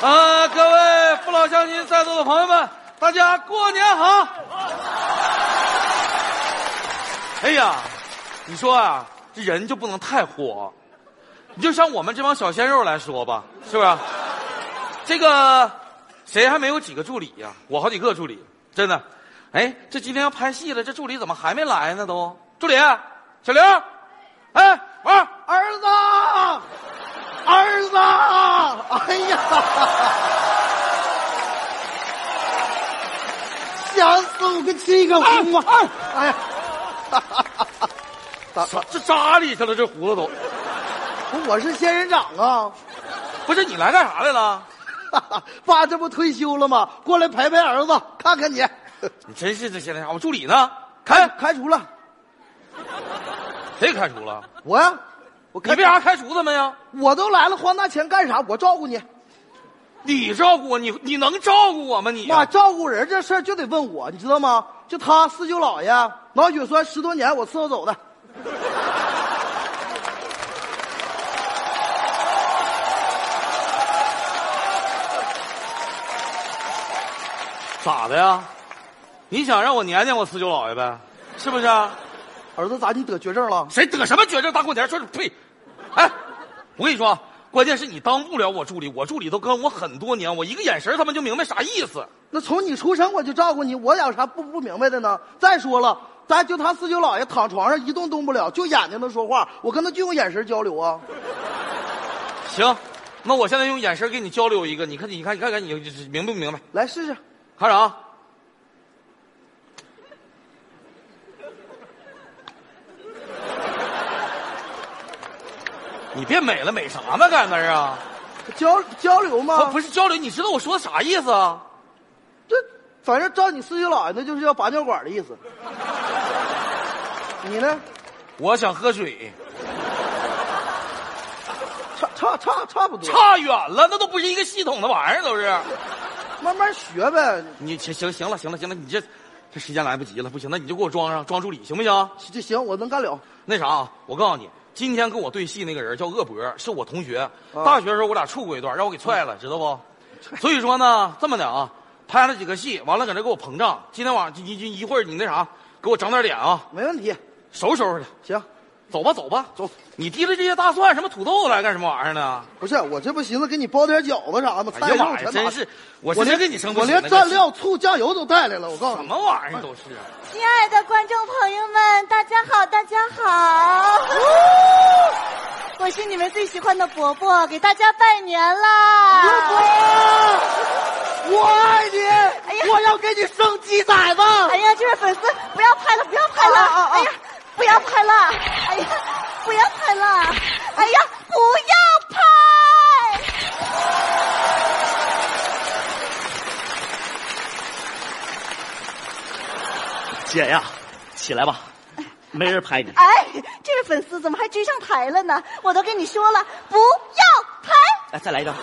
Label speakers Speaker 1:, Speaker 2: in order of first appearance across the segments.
Speaker 1: 啊，各位父老乡亲，在座的朋友们，大家过年好！哎呀，你说啊，这人就不能太火，你就像我们这帮小鲜肉来说吧，是不是？这个谁还没有几个助理呀、我好几个助理，真的。哎，这今天要拍戏了，这助理怎么还没来呢？都助理，小刘，哎，玩儿
Speaker 2: 儿子，儿子，哎呀，想死我跟亲一个屋啊！哎 呀，
Speaker 1: 啥这扎里去了？这胡子都
Speaker 2: 不我是仙人掌啊！
Speaker 1: 不是你来干啥来了？
Speaker 2: 爸，这不退休了吗？过来陪陪儿子，看看你。
Speaker 1: 你真是这现在啥？我助理呢？开
Speaker 2: 开除了
Speaker 1: 谁开除了？
Speaker 2: 我呀，我
Speaker 1: 你为
Speaker 2: 开
Speaker 1: 啥开除他们呀？
Speaker 2: 我都来了，花那钱干啥？我照顾你。
Speaker 1: 你照顾我，你你能照顾我吗？你
Speaker 2: 妈，照顾人这事儿就得问我，你知道吗？就他四舅姥爷脑血栓十多年，我伺候走的。
Speaker 1: 咋的呀？你想让我撵撵我四舅姥爷呗？是不是啊？
Speaker 2: 儿子，咋你得绝症了？
Speaker 1: 谁得什么绝症大过年说是呸！哎，我跟你说啊，关键是你当不了我助理，我助理都跟我很多年，我一个眼神他们就明白啥意思。
Speaker 2: 那从你出生我就照顾你，我有啥不不明白的呢？再说了，咱就他四舅姥爷躺床上一动动不了，就眼睛能说话，我跟他就用眼神交流啊。
Speaker 1: 行，那我现在用眼神跟你交流一个，你看你看你看看你明不明白？
Speaker 2: 来试试，
Speaker 1: 看着啊。你别美了，美啥呢？搁那儿啊？
Speaker 2: 交交流
Speaker 1: 不
Speaker 2: 吗？
Speaker 1: 不
Speaker 2: 是，
Speaker 1: 是交流，你知道我说的啥意思啊？
Speaker 2: 这反正照你四舅姥爷那就是要拔尿管的意思。你呢？
Speaker 1: 我想喝水，
Speaker 2: 差差差差不多，
Speaker 1: 差远了，那都不是一个系统的玩意儿，都是。
Speaker 2: 慢慢学呗。
Speaker 1: 你行行行了行了行了，你这这时间来不及了，不行，那你就给我装上装助理行不行？
Speaker 2: 这行，我能干了。
Speaker 1: 那啥啊，我告诉你，今天跟我对戏那个人叫恶博，是我同学，
Speaker 2: 啊
Speaker 1: 大学时候我俩处过一段，让我给踹了，知道不？所以说呢，这么的啊，拍了几个戏，完了搁这给我膨胀，今天晚上你你一会儿你那啥，给我整点脸啊，
Speaker 2: 没问题，
Speaker 1: 收拾收拾去，
Speaker 2: 行，
Speaker 1: 走吧走吧
Speaker 2: 走。
Speaker 1: 你提了这些大蒜什么土豆来干什么玩意儿呢？
Speaker 2: 不是我这不寻思给你包点饺子啥吗？
Speaker 1: 哎呀
Speaker 2: 菜肉
Speaker 1: 妈呀，
Speaker 2: 全
Speaker 1: 真
Speaker 2: 拿
Speaker 1: 是，我
Speaker 2: 我
Speaker 1: 真
Speaker 2: 连
Speaker 1: 给你生不
Speaker 2: 我
Speaker 1: 起
Speaker 2: 连
Speaker 1: 了
Speaker 2: 蘸料、醋、酱油都带来了。我告诉
Speaker 1: 什
Speaker 2: 你，
Speaker 1: 么玩意儿都是。啊
Speaker 3: 亲爱的观众朋友们，大家好，大家好！我是你们最喜欢的伯伯，给大家拜年啦！
Speaker 2: 我爱你，
Speaker 3: 呀
Speaker 2: 我要给你生鸡崽子。
Speaker 3: 哎呀，这位粉丝，不要拍了，不要拍了！
Speaker 2: 啊啊啊
Speaker 3: 哎呀，不要拍了！哎呀，不要拍了！哎呀，不要拍！
Speaker 4: 姐呀，起来吧，没人拍你。
Speaker 3: 哎，这位粉丝怎么还追上台了呢？我都跟你说了，不要拍！
Speaker 4: 来，再来一张。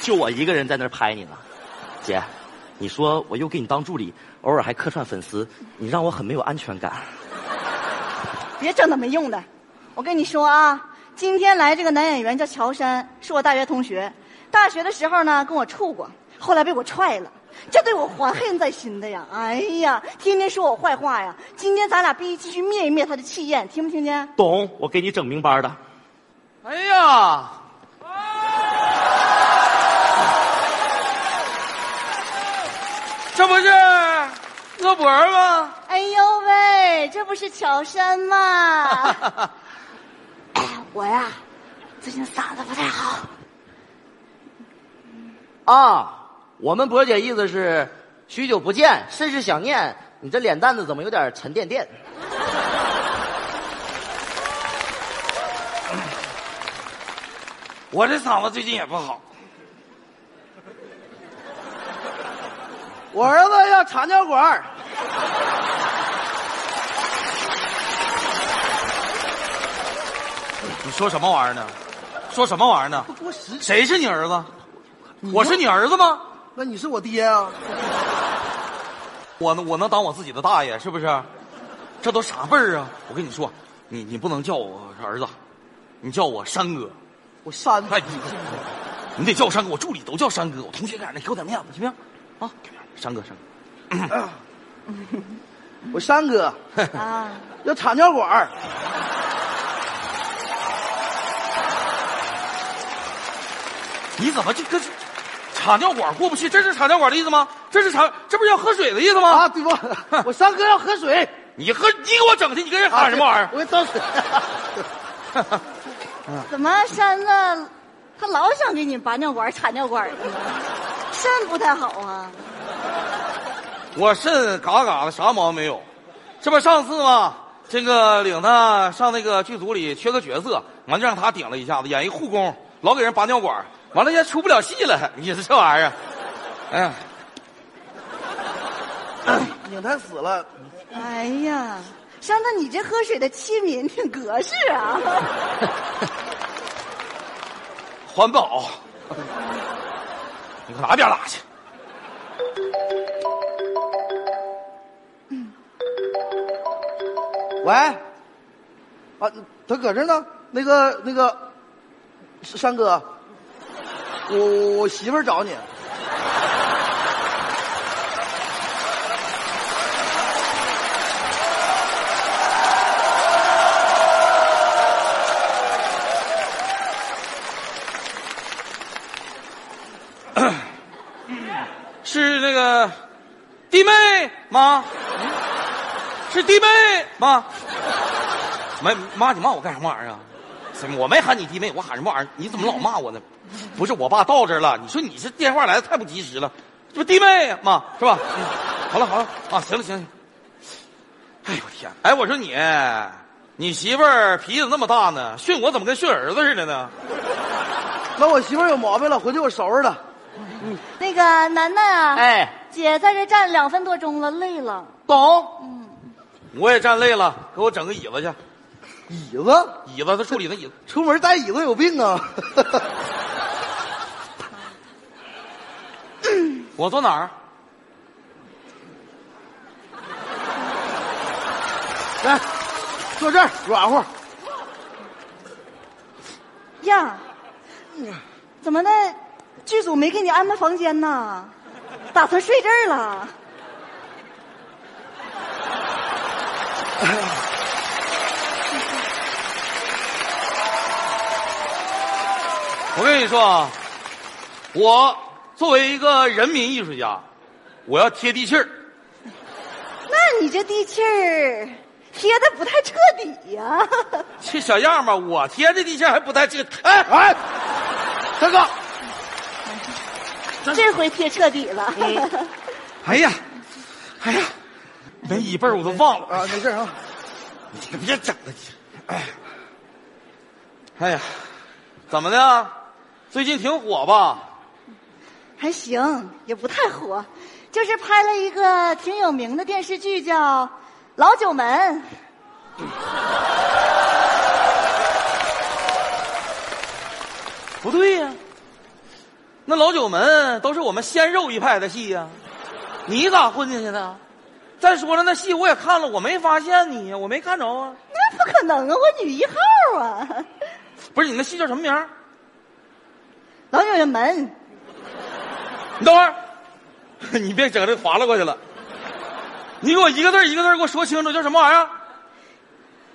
Speaker 4: 就我一个人在那儿拍你呢，姐，你说我又给你当助理，偶尔还客串粉丝，你让我很没有安全感。
Speaker 3: 别整那没用的。我跟你说啊，今天来这个男演员叫乔杉，是我大学同学。大学的时候呢，跟我处过，后来被我踹了，这对我怀恨在心的呀！哎呀，天天说我坏话呀！今天咱俩必须继续灭一灭他的气焰，听没听见？
Speaker 4: 懂，我给你整明白的。
Speaker 1: 哎呀，这不是恶博吗？
Speaker 3: 哎呦喂，这不是乔杉吗？ 哎，我呀，最近嗓子不太好。
Speaker 5: 啊，我们博姐意思是，许久不见，甚是想念。你这脸蛋子怎么有点沉甸甸？
Speaker 1: 我这嗓子最近也不好，
Speaker 2: 我儿子要插尿管儿，
Speaker 1: 你说什么玩意儿呢？说什么玩意儿呢？
Speaker 2: 多实。
Speaker 1: 谁是你儿子？我是你儿子吗？
Speaker 2: 那你是我爹啊？
Speaker 1: 我能我能当我自己的大爷是不是？这都啥辈儿啊？我跟你说，你你不能叫我儿子，你叫我山哥，
Speaker 2: 我删他
Speaker 1: 哎，你你得叫我山哥，我助理都叫山哥，我同学干的，给我点面子行不行？啊，给面子山哥，山哥。
Speaker 2: 我山哥
Speaker 3: 啊，
Speaker 2: 要插尿管儿
Speaker 1: 你怎么就跟插尿管过不去？这是插尿管的意思吗？这是插，这不是要喝水的意思吗？
Speaker 2: 啊，对不？我山哥要喝水，
Speaker 1: 你喝，你给我整的，你跟人喊什么玩意
Speaker 2: 啊我给倒水。
Speaker 3: 怎么山子他老想给你拔尿管、插尿管呢？肾不太好啊。
Speaker 1: 儿？我肾嘎嘎的，啥毛病没有。这不上次嘛，这个领他上那个剧组里缺个角色，完就让他顶了一下子，演一护工，老给人拔尿管，完了现在出不了戏了。你说这玩意儿，哎呀，
Speaker 2: 拧太死了，
Speaker 3: 哎呀，山子，你这喝水的器皿挺格式啊。
Speaker 1: 环保，你给我拿点儿拉去。
Speaker 2: 喂，啊，他搁这呢。那个那个，山哥，我我媳妇儿找你。
Speaker 1: 是那个弟妹妈，是弟妹妈。没妈，你骂我干什么玩意儿啊？什么？我没喊你弟妹，我喊什么玩意儿？你怎么老骂我呢？不是，我爸到这儿了。你说你这电话来的太不及时了，这不弟妹妈是吧？嗯好了好了啊，行了行了。哎呦我天！哎，我说你，你媳妇儿脾气那么大呢，训我怎么跟训儿子似的呢？
Speaker 2: 那我媳妇儿有毛病了，回去我收拾她。
Speaker 3: 那个楠楠啊，
Speaker 5: 哎，
Speaker 3: 姐在这站两分多钟了，累了。
Speaker 5: 懂，
Speaker 1: 我也站累了，给我整个椅子去。
Speaker 2: 椅子，
Speaker 1: 椅子，他处理那椅子。
Speaker 2: 出门带椅子有病啊！
Speaker 1: 我坐哪儿？
Speaker 2: 来，坐这儿软和。
Speaker 3: 呀，怎么的？剧组没给你安排房间呐？打算睡这儿了？
Speaker 1: 我跟你说啊，我作为一个人民艺术家，我要贴地气儿。
Speaker 3: 那你这地气儿贴的不太彻底呀、
Speaker 1: 这小样儿吧，我贴这地气儿还不带这个，哎
Speaker 2: 哎，大哥，
Speaker 3: 这回贴彻底了。
Speaker 1: 哎呀，哎呀，那椅背儿我都忘了，
Speaker 2: 啊，没事啊。
Speaker 1: 你哎别整了你。哎，哎呀，怎么的？啊最近挺火吧？
Speaker 3: 还行，也不太火，就是拍了一个挺有名的电视剧，叫《老九门》。
Speaker 1: 不对呀、那老九门都是我们鲜肉一派的戏呀、你咋混进去的？再说了，那戏我也看了，我没发现你呀，我没看着啊。
Speaker 3: 那不可能啊，我女一号啊！
Speaker 1: 不是你那戏叫什么名儿？
Speaker 3: 老九门，
Speaker 1: 你等会儿， 你别整这划拉过去了。你给我一个字儿一个字儿给我说清楚，叫什么玩意儿？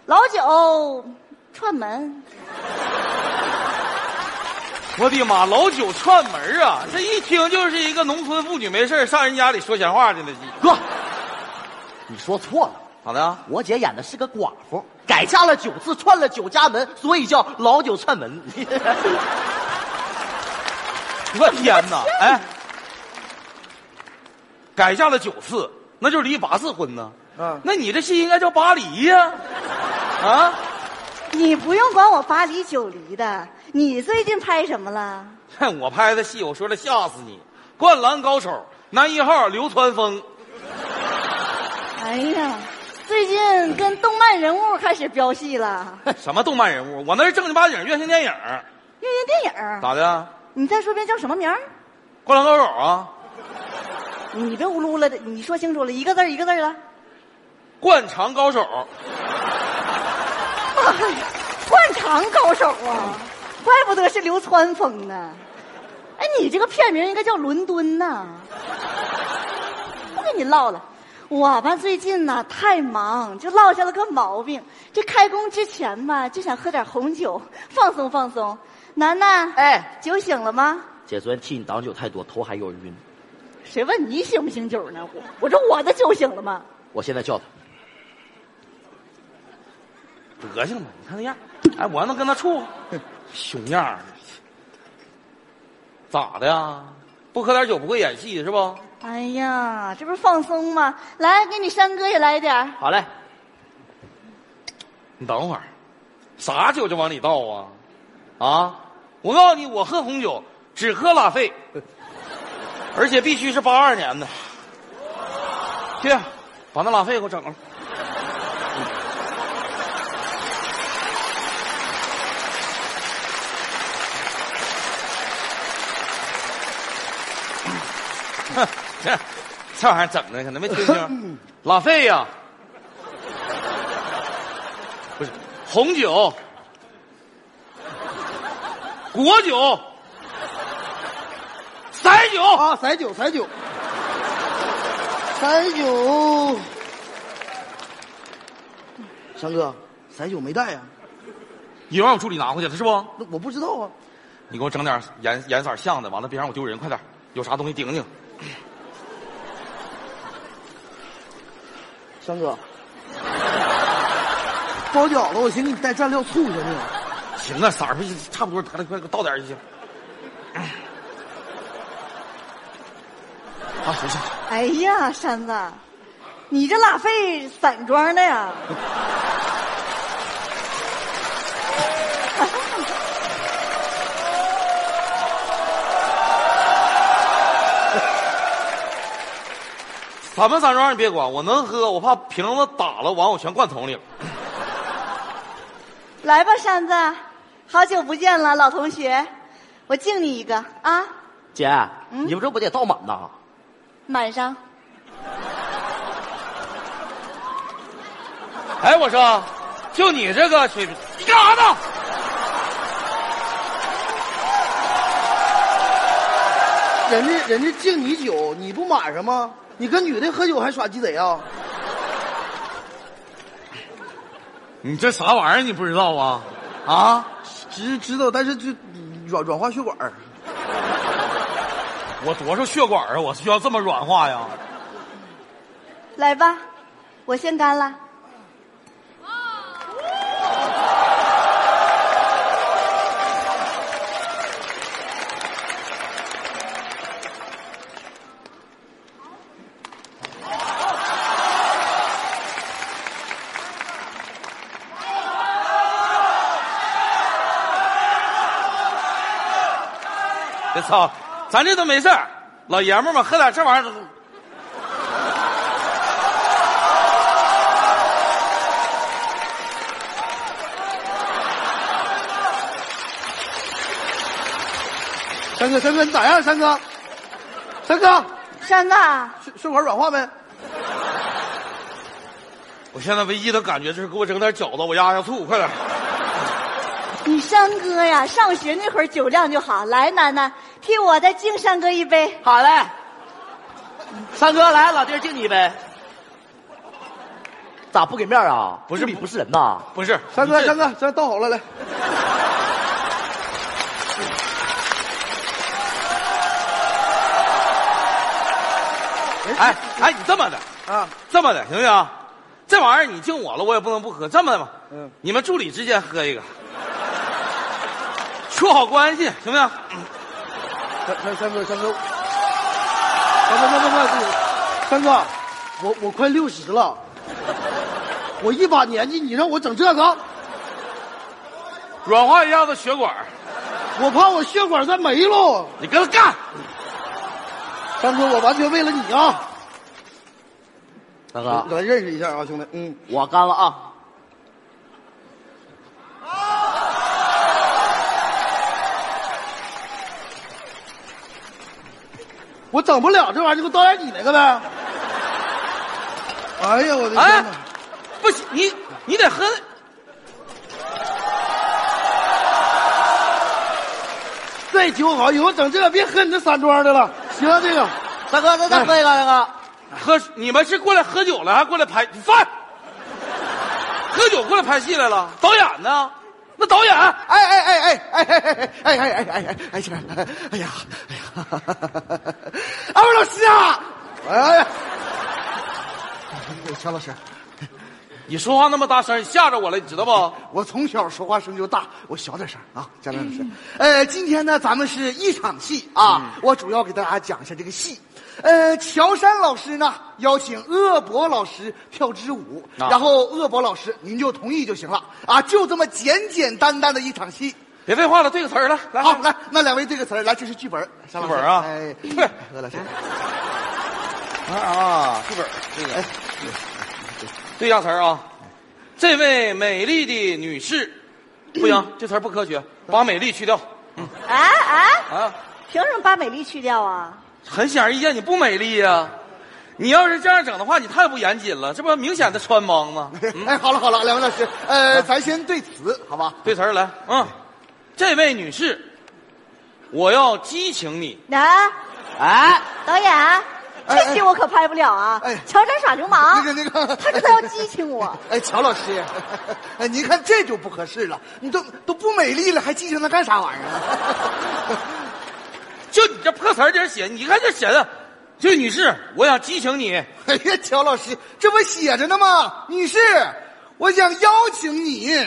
Speaker 3: 老九串门，
Speaker 1: 我的妈，老九串门儿啊！这一听就是一个农村妇女没事儿上人家里说闲话去了。
Speaker 5: 哥，你说错了。
Speaker 1: 咋的啊？
Speaker 5: 我姐演的是个寡妇，改嫁了九次，串了九家门，所以叫老九串门。
Speaker 1: 我天哪！哎，改嫁了九次，那就是离八次婚呢。
Speaker 2: 嗯
Speaker 1: 那你这戏应该叫巴黎呀、啊？
Speaker 3: 你不用管我八离九离的，你最近拍什么了？
Speaker 1: 哼我拍的戏，我说了吓死你，《灌篮高手》男一号流川枫。
Speaker 3: 哎呀，最近跟动漫人物开始飙戏了，
Speaker 1: 什么动漫人物？我那是正儿八经院线电影儿，
Speaker 3: 运营电影儿。
Speaker 1: 咋的？
Speaker 3: 你再说遍叫什么名儿？
Speaker 1: 《灌篮高手》啊，
Speaker 3: 你别呜噜了的，你说清楚了，一个字儿一个字儿的。
Speaker 1: 《灌肠高手》
Speaker 3: 哎呀灌肠高手啊！怪不得是流川枫呢。哎，你这个片名应该叫伦敦呐。不跟你唠了，我吧最近呐太忙，就落下了个毛病。这开工之前吧，就想喝点红酒放松放松。楠楠，
Speaker 5: 哎，
Speaker 3: 酒醒了吗？
Speaker 4: 姐昨天替你挡酒太多，头还有点晕。
Speaker 3: 谁问你醒不醒酒呢？我我说我的酒醒了吗？
Speaker 4: 我现在叫他，
Speaker 1: 德行吧，你看那样，哎，我还能跟他处，熊样儿，咋的呀？不喝点酒不会演戏是不？
Speaker 3: 哎呀，这不是放松吗？来，给你山哥也来点儿
Speaker 5: 好嘞，
Speaker 1: 你等会儿，啥酒就往里倒啊？啊！我告诉你，我喝红酒只喝拉菲，而且必须是八二年的。去，把那拉菲给我整了。嗯哼，这这玩意儿整的可能没听清，拉菲呀、不是红酒，果酒，塞酒，
Speaker 2: 啊，塞酒，塞酒，塞酒。山哥，塞酒没带呀、啊
Speaker 1: 你让我助理拿回去了是不？
Speaker 2: 那我不知道啊。
Speaker 1: 你给我整点颜颜色像的，完了别让我丢人，快点，有啥东西顶顶。
Speaker 2: 山哥， 包饺子，我寻思给你带蘸料醋行不行？
Speaker 1: 行啊，色儿不行差不多，得了，快给我倒点儿就行。啊，行行，
Speaker 3: 哎呀，山子，你这拉菲散装的呀？
Speaker 1: 散不散啊装你别管，我能喝，我怕瓶子打了，完我全灌桶里了。
Speaker 3: 来吧，山子，好久不见了，老同学，我敬你一个啊，
Speaker 5: 姐，你们这不得倒满呐？
Speaker 3: 满上。
Speaker 1: 哎，我说，就你这个水平，你干啥呢？
Speaker 2: 人家人家敬你酒，你不满上吗？你跟女的喝酒还耍鸡贼啊？
Speaker 1: 你这啥玩意儿？你不知道啊？啊？
Speaker 2: 知知道，但是就嗯软软化血管儿
Speaker 1: 我多少血管啊？我需要这么软化呀？
Speaker 3: 来吧，我先干了。
Speaker 1: 别操，咱这都没事儿，老爷们儿嘛，喝点这玩意儿。
Speaker 2: 山哥，山哥，你咋样？山哥，山哥，
Speaker 3: 山子，
Speaker 2: 血血管软化没？
Speaker 1: 我现在唯一的感觉就是给我整点饺子，我压压醋，快点。
Speaker 3: 你山哥呀，上学那会儿酒量就好。来，楠楠，替我再敬山哥一杯。
Speaker 5: 好嘞，三哥来，老弟儿敬你一杯。咋不给面儿啊？
Speaker 1: 不是
Speaker 5: 你不是人呐！
Speaker 1: 不是，
Speaker 2: 山哥，
Speaker 1: 你这
Speaker 2: 山，哥，这倒好了，来，
Speaker 1: 哎哎，你这么的，
Speaker 2: 啊，
Speaker 1: 这么的行不行？这玩意儿你敬我了，我也不能不喝。这么的吧，
Speaker 2: 嗯
Speaker 1: 你们助理之间喝一个，处好关系，行不行？
Speaker 2: 山山山哥，山哥，山哥，山哥，山哥，山哥，我我快六十了，我一把年纪，你让我整这个，
Speaker 1: 软化一下子血管，
Speaker 2: 我怕我血管再没喽。
Speaker 1: 你跟他干。
Speaker 2: 山哥，我完全为了你啊！
Speaker 5: 三哥，
Speaker 2: 来认识一下啊，兄弟，嗯，
Speaker 5: 我干了啊！
Speaker 2: 我整不了这玩意儿，就给我倒点你那个呗。哎呀，我的天
Speaker 1: 哎
Speaker 2: 哪！，
Speaker 1: 不行，你你得喝。
Speaker 2: 对酒好，以后整这个别喝你这散装的了。行了，这个哎
Speaker 5: 大哥，再再喝一个，大哥。
Speaker 1: 喝你们是过来喝酒了，还过来拍饭？喝酒过来拍戏来了？导演呢？那导演，
Speaker 5: 哎哎哎哎哎哎哎哎哎哎哎哎哎哎哎哎哎哎哎哎呀哎呀！ 二位老师啊，哎呀，哎乔老师，
Speaker 1: 你说话那么大声，你吓着我了，你知道不？
Speaker 5: 我从小说话声就大，我小点声啊，江亮老师。呃，今天呢，咱们是一场戏啊，我主要给大家讲一下这个戏。呃，乔杉老师呢邀请鄂博老师跳支舞，然后鄂博老师您就同意就行了啊，就这么简简单单的一场戏。
Speaker 1: 别废话了，对个词儿来来。
Speaker 5: 好，来，那两位对个词儿，来，这是剧本儿，剧
Speaker 1: 剧本儿啊
Speaker 5: 哎，
Speaker 1: 对
Speaker 5: 喝了，这个。啊，剧本这个，
Speaker 1: 对下词儿啊，这位美丽的女士，不行，这词儿不科学，把美丽去掉
Speaker 3: 哎哎，
Speaker 1: 啊！
Speaker 3: 凭什么把美丽去掉啊？
Speaker 1: 很显而易见，你不美丽呀、你要是这样整的话，你太不严谨了，这不明显的穿帮吗？
Speaker 5: 哎，好了好了，两位老师，呃，咱先对词，好吧？
Speaker 1: 对词儿来，嗯，这位女士，我要激情你，
Speaker 3: 来，
Speaker 5: 哎，
Speaker 3: 啊导演，啊
Speaker 5: 哎哎
Speaker 3: 这戏我可拍不了啊
Speaker 5: 哎！
Speaker 3: 乔杉耍流
Speaker 5: 那
Speaker 3: 氓
Speaker 5: 个，那个，
Speaker 3: 他知道要激情我。
Speaker 5: 哎，乔老师， 哎，您看这就不合适了，你都都不美丽了，还记情他干啥玩意儿啊？
Speaker 1: 就你这破词儿点写，你看这写的，这位女士，我想激情你，
Speaker 5: 哎呀，乔老师，这不写着呢吗？女士，我想邀请你。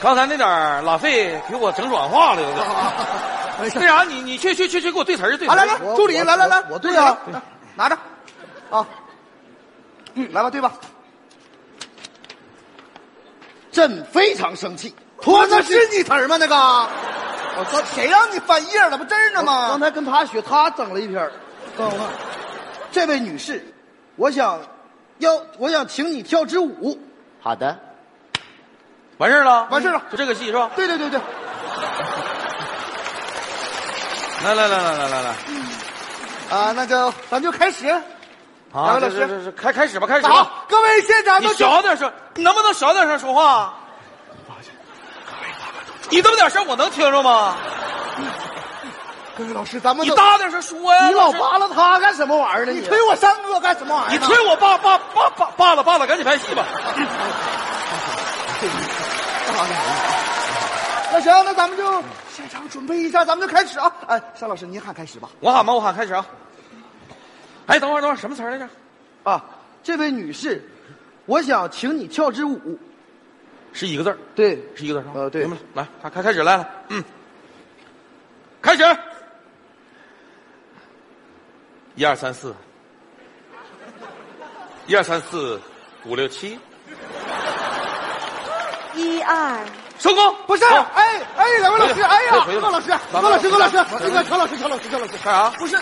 Speaker 1: 刚才那点儿拉费给我整软化了，有点。
Speaker 5: 哎呀
Speaker 1: 那啥，你你去去去去，给我对词儿对词
Speaker 5: 啊，
Speaker 1: 儿。
Speaker 5: 来来，助理，来来来，
Speaker 2: 我
Speaker 5: 对
Speaker 2: 对
Speaker 5: 呀
Speaker 2: 呀，
Speaker 5: 拿着，啊，嗯，来吧，对吧？
Speaker 2: 朕非常生气，
Speaker 5: 我
Speaker 2: 拖
Speaker 5: 那
Speaker 2: 着
Speaker 5: 是你词儿吗？那个，我操，谁让你翻页了？不真儿呢吗？
Speaker 2: 刚才跟他学，他整了一篇儿。等会儿这位女士，我想要，我想请你跳支舞。
Speaker 4: 好的，
Speaker 1: 完事儿了，
Speaker 5: 完事儿了
Speaker 1: 就这个戏是吧？
Speaker 5: 对对对对，
Speaker 1: 来来来来来来来，
Speaker 5: 啊，那就咱就开始。
Speaker 1: 啊，这
Speaker 5: 来老
Speaker 1: 这
Speaker 5: 师
Speaker 1: 这这开开始吧，开始吧。
Speaker 5: 好，各位现场
Speaker 1: 你
Speaker 5: 都
Speaker 1: 小点声，你能不能小点声说话？你这么点声，我能听着吗？
Speaker 5: 各位老师，咱们
Speaker 1: 你
Speaker 5: 都
Speaker 1: 大点声说呀！
Speaker 2: 你老
Speaker 1: 师
Speaker 2: 扒拉他干什么玩意儿呢？
Speaker 5: 你
Speaker 2: 你
Speaker 5: 推我三哥干什么玩意
Speaker 1: 你
Speaker 5: 儿呢？
Speaker 1: 推我爸爸爸爸爸了爸了，赶紧拍戏吧！
Speaker 5: 那行，那咱们就现场准备一下，咱们就开始啊！哎，夏老师您喊开始吧。
Speaker 1: 我喊吧，我喊开始啊！哎，等会儿等会儿，什么词儿来着？
Speaker 2: 啊，这位女士，我想请你跳支舞。
Speaker 1: 是一个字儿，
Speaker 2: 对，
Speaker 1: 是一个字儿。
Speaker 2: 呃对
Speaker 1: 明白了来，开开开始来了，嗯，开始，一二三四，一二三四五六七，
Speaker 3: 一二，
Speaker 1: 收工。
Speaker 5: 不是，
Speaker 1: 好
Speaker 5: 哎哎，两位老师，哎呀，
Speaker 1: 回去吧
Speaker 5: 贺老师，贺
Speaker 1: 咱们
Speaker 5: 老师，贺老师，
Speaker 1: 咱们
Speaker 5: 那个乔老师，乔老师，乔老师，
Speaker 1: 干啥？
Speaker 5: 不是，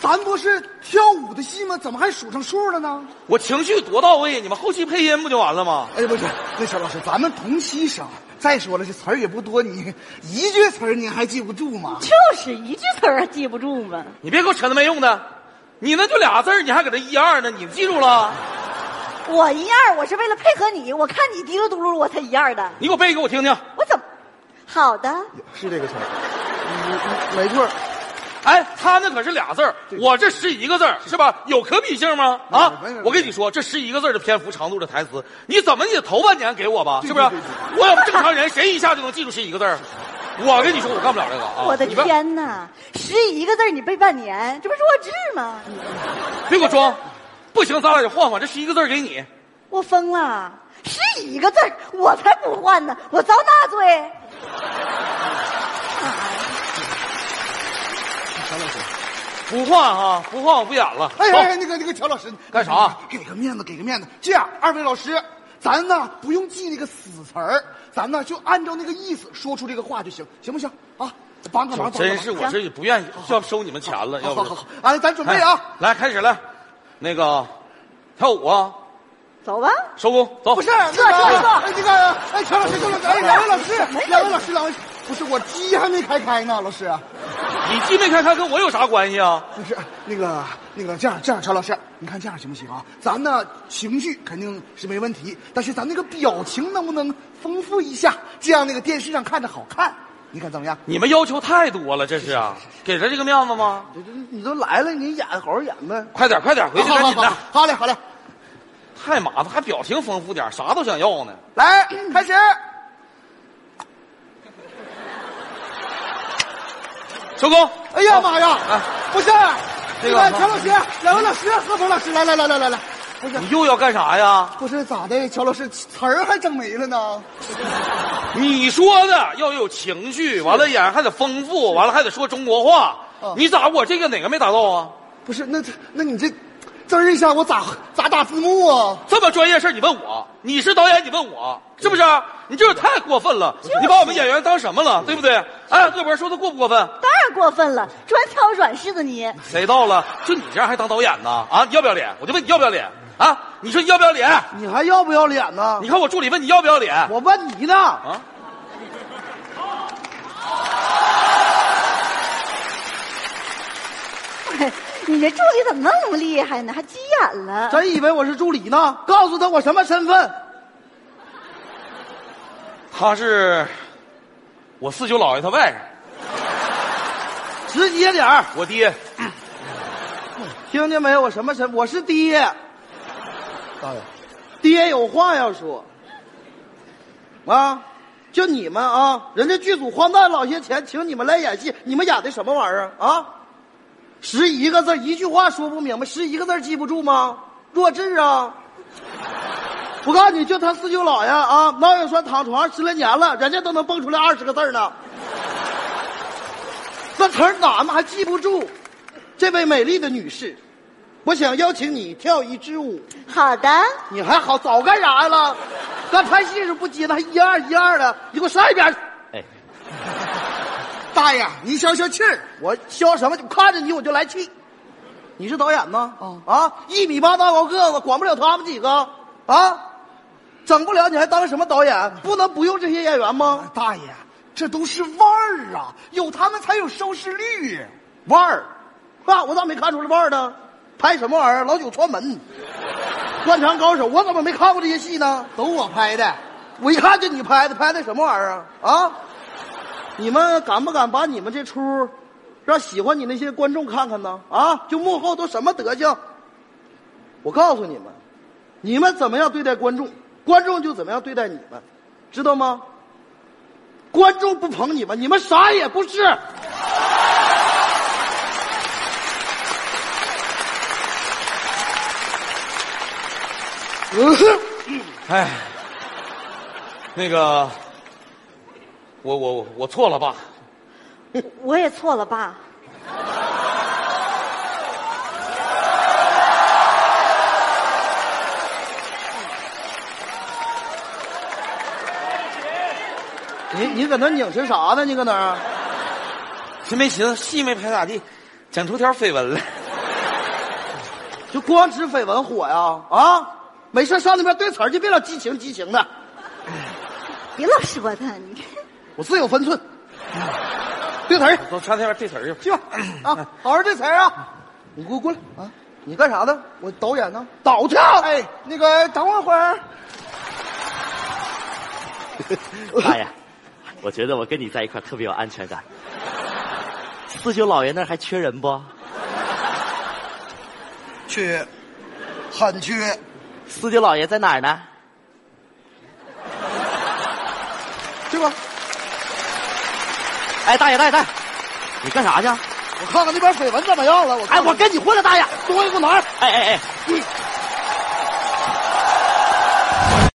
Speaker 5: 咱不是跳舞的戏吗？怎么还数上数了呢？
Speaker 1: 我情绪多到位，你们后期配音不就完了吗？
Speaker 5: 哎，不是，那乔老师，咱们同期生。再说了，这词儿也不多，你一句词儿你还记不住吗？
Speaker 3: 就是一句词儿记不住嘛。
Speaker 1: 你别给我扯那没用的，你那就俩字儿，你还搁这一二呢？你记住了？
Speaker 3: 我一二，我是为了配合你，我看你嘀噜嘟噜，我才一二的。
Speaker 1: 你给我背给我听听。
Speaker 3: 我怎么？好的，
Speaker 5: 是这个词儿。嗯
Speaker 2: 没错儿，
Speaker 1: 哎，他那可是俩字儿，我这十一个字儿，是吧？有可比性吗？啊
Speaker 5: 没有没有没有！
Speaker 1: 我跟你说，这十一个字儿的篇幅长度的台词，你怎么你得头半年给我吧？
Speaker 5: 对
Speaker 1: 是不是
Speaker 5: 对对？
Speaker 1: 我要不正常人，谁一下就能记住十一个字儿？我跟你说，我干不了这个啊！
Speaker 3: 我的
Speaker 1: 你别
Speaker 3: 天哪！十一个字儿你背半年，这不弱智吗？
Speaker 1: 别给我装！不行，咱俩得换换，这十一个字儿给你。
Speaker 3: 我疯了！十一个字儿我才不换呢，我遭大罪。
Speaker 1: 不换啊，不换我不演了。
Speaker 5: 哎
Speaker 1: 走
Speaker 5: 哎，哎那个那个乔老师，
Speaker 1: 干啥
Speaker 5: 给个面子，给个面子。这样，二位老师，咱呢不用记那个死词儿，咱呢就按照那个意思说出这个话就行，行不行？啊，帮个忙，帮个忙。
Speaker 1: 真是我这也不愿意，就要收你们钱了，
Speaker 5: 好
Speaker 1: 要不
Speaker 5: 好
Speaker 1: 就
Speaker 5: 好好，哎，咱准备啊！
Speaker 1: 哎来开始来，那个跳舞啊，
Speaker 3: 走吧，
Speaker 1: 收工走。
Speaker 5: 不是，那
Speaker 3: 坐坐坐
Speaker 5: 个哎那个哎，乔老师，乔老师，哎，两位老师
Speaker 3: 没，
Speaker 5: 两位老师，两位，不是我鸡还没开开呢，老师。啊
Speaker 1: 你既没看看跟我有啥关系啊？
Speaker 5: 不是那个那个这样这样，曹老师，你看这样行不行啊？咱呢情绪肯定是没问题，但是咱那个表情能不能丰富一下？这样那个电视上看着好看，你看怎么样？
Speaker 1: 你们要求太多了，这是啊，给他这个面子吗？
Speaker 2: 这这你都来了，你演好好演呗。
Speaker 1: 快点快点，回去
Speaker 5: 好
Speaker 1: 赶
Speaker 5: 好
Speaker 1: 紧的
Speaker 5: 好，，好嘞好嘞，
Speaker 1: 太麻烦，还表情丰富点，啥都想要呢。
Speaker 5: 来开始。
Speaker 1: 收工。
Speaker 5: 哎呀妈呀！
Speaker 1: 啊
Speaker 5: 不是，
Speaker 1: 这
Speaker 5: 那
Speaker 1: 个
Speaker 5: 个乔老师、两位老师、何鹏老师，来来来来来来，不是
Speaker 1: 你又要干啥呀？
Speaker 5: 不是咋的？乔老师词儿还整没了呢。
Speaker 1: 你说的要有情绪，完了演还得丰富，完了还得说中国话。
Speaker 5: 嗯
Speaker 1: 你咋我这个哪个没达到啊？
Speaker 5: 不是那那你这滋儿一下，我咋咋打字幕啊？
Speaker 1: 这么专业事儿你问我？你是导演，你问我是不是？你这也太过分了！你把我们演员当什么了？对不对？哎，各博说的过不过分？
Speaker 3: 当然过分了，专挑软柿子捏。
Speaker 1: 谁到了？就你这样还当导演呢？啊，你要不要脸？我就问你要不要脸啊？你说你要不要脸？
Speaker 2: 你还要不要脸呢？
Speaker 1: 你看我助理问你要不要脸？
Speaker 2: 我问你呢，
Speaker 1: 啊！
Speaker 3: 你这助理怎么那么厉害呢？还急眼了？
Speaker 2: 真以为我是助理呢？告诉他我什么身份？
Speaker 1: 他是我四舅姥爷他外甥，
Speaker 2: 直接点儿，
Speaker 1: 我爹。
Speaker 2: 听见没有？我什么身？我是爹，
Speaker 5: 大爷，
Speaker 2: 爹有话要说。啊，就你们啊，人家剧组花那老些钱请你们来演戏，你们演的什么玩意儿啊？十一个字儿，一句话说不明白，十一个字儿记不住吗？弱智啊！我告诉你，就他四舅姥爷啊，脑血栓躺床上十来年了，人家都能蹦出来二十个字儿呢。那词儿哪嘛还记不住？这位美丽的女士，我想邀请你跳一支舞。
Speaker 3: 好的，
Speaker 2: 你还好早干啥呀了？刚才信是不接呢，还一二一二的，你给我上一边去！
Speaker 4: 哎，
Speaker 5: 大爷，您消消气儿。
Speaker 2: 我消什么气？看着你我就来气。你是导演吗？
Speaker 5: 哦
Speaker 2: 啊，一米八大高个子，管不了他们几个啊，整不了你还当什么导演？不能不用这些演员吗？
Speaker 5: 大爷，这都是腕儿啊，有他们才有收视率。腕儿，
Speaker 2: 啊，我咋没看出来腕儿呢？拍什么玩意儿？老九串门，灌肠高手，我怎么没看过这些戏呢？
Speaker 5: 都我拍的。
Speaker 2: 我一看就你拍的，拍的什么玩意儿啊？啊！你们敢不敢把你们这出，让喜欢你那些观众看看呢？啊！就幕后都什么德行？我告诉你们，你们怎么样对待观众，观众就怎么样对待你们，知道吗？观众不捧你们，你们啥也不是。嗯
Speaker 1: 哎，那个，我我我我错了，爸。
Speaker 3: 我也错了，爸。
Speaker 2: 你你搁那拧成啥呢？你搁那儿？
Speaker 1: 真没寻思，戏没拍咋地，整出条绯闻来。
Speaker 2: 就光指绯闻火呀？啊！没事上那边对词儿去，别老激情激情的。
Speaker 3: 别老说他，你看
Speaker 2: 我自有分寸。对词儿
Speaker 1: 我上那边对词儿去。
Speaker 2: 去吧，啊，好好对词儿啊。你给我过来啊！你干啥呢？
Speaker 5: 我导演呢？
Speaker 2: 倒去！啊
Speaker 5: 哎，那个等我会儿。
Speaker 4: 大爷，我觉得我跟你在一块儿特别有安全感。四舅姥爷那儿还缺人不？
Speaker 5: 缺，很缺。
Speaker 4: 四舅姥爷在哪儿呢？
Speaker 5: 对吧？
Speaker 4: 哎，大爷，大爷，大爷，你干啥去？
Speaker 5: 我看看那边绯闻怎么样了。我
Speaker 4: 哎，我跟你混了，大爷！
Speaker 5: 东西给我拿。
Speaker 4: 哎哎哎，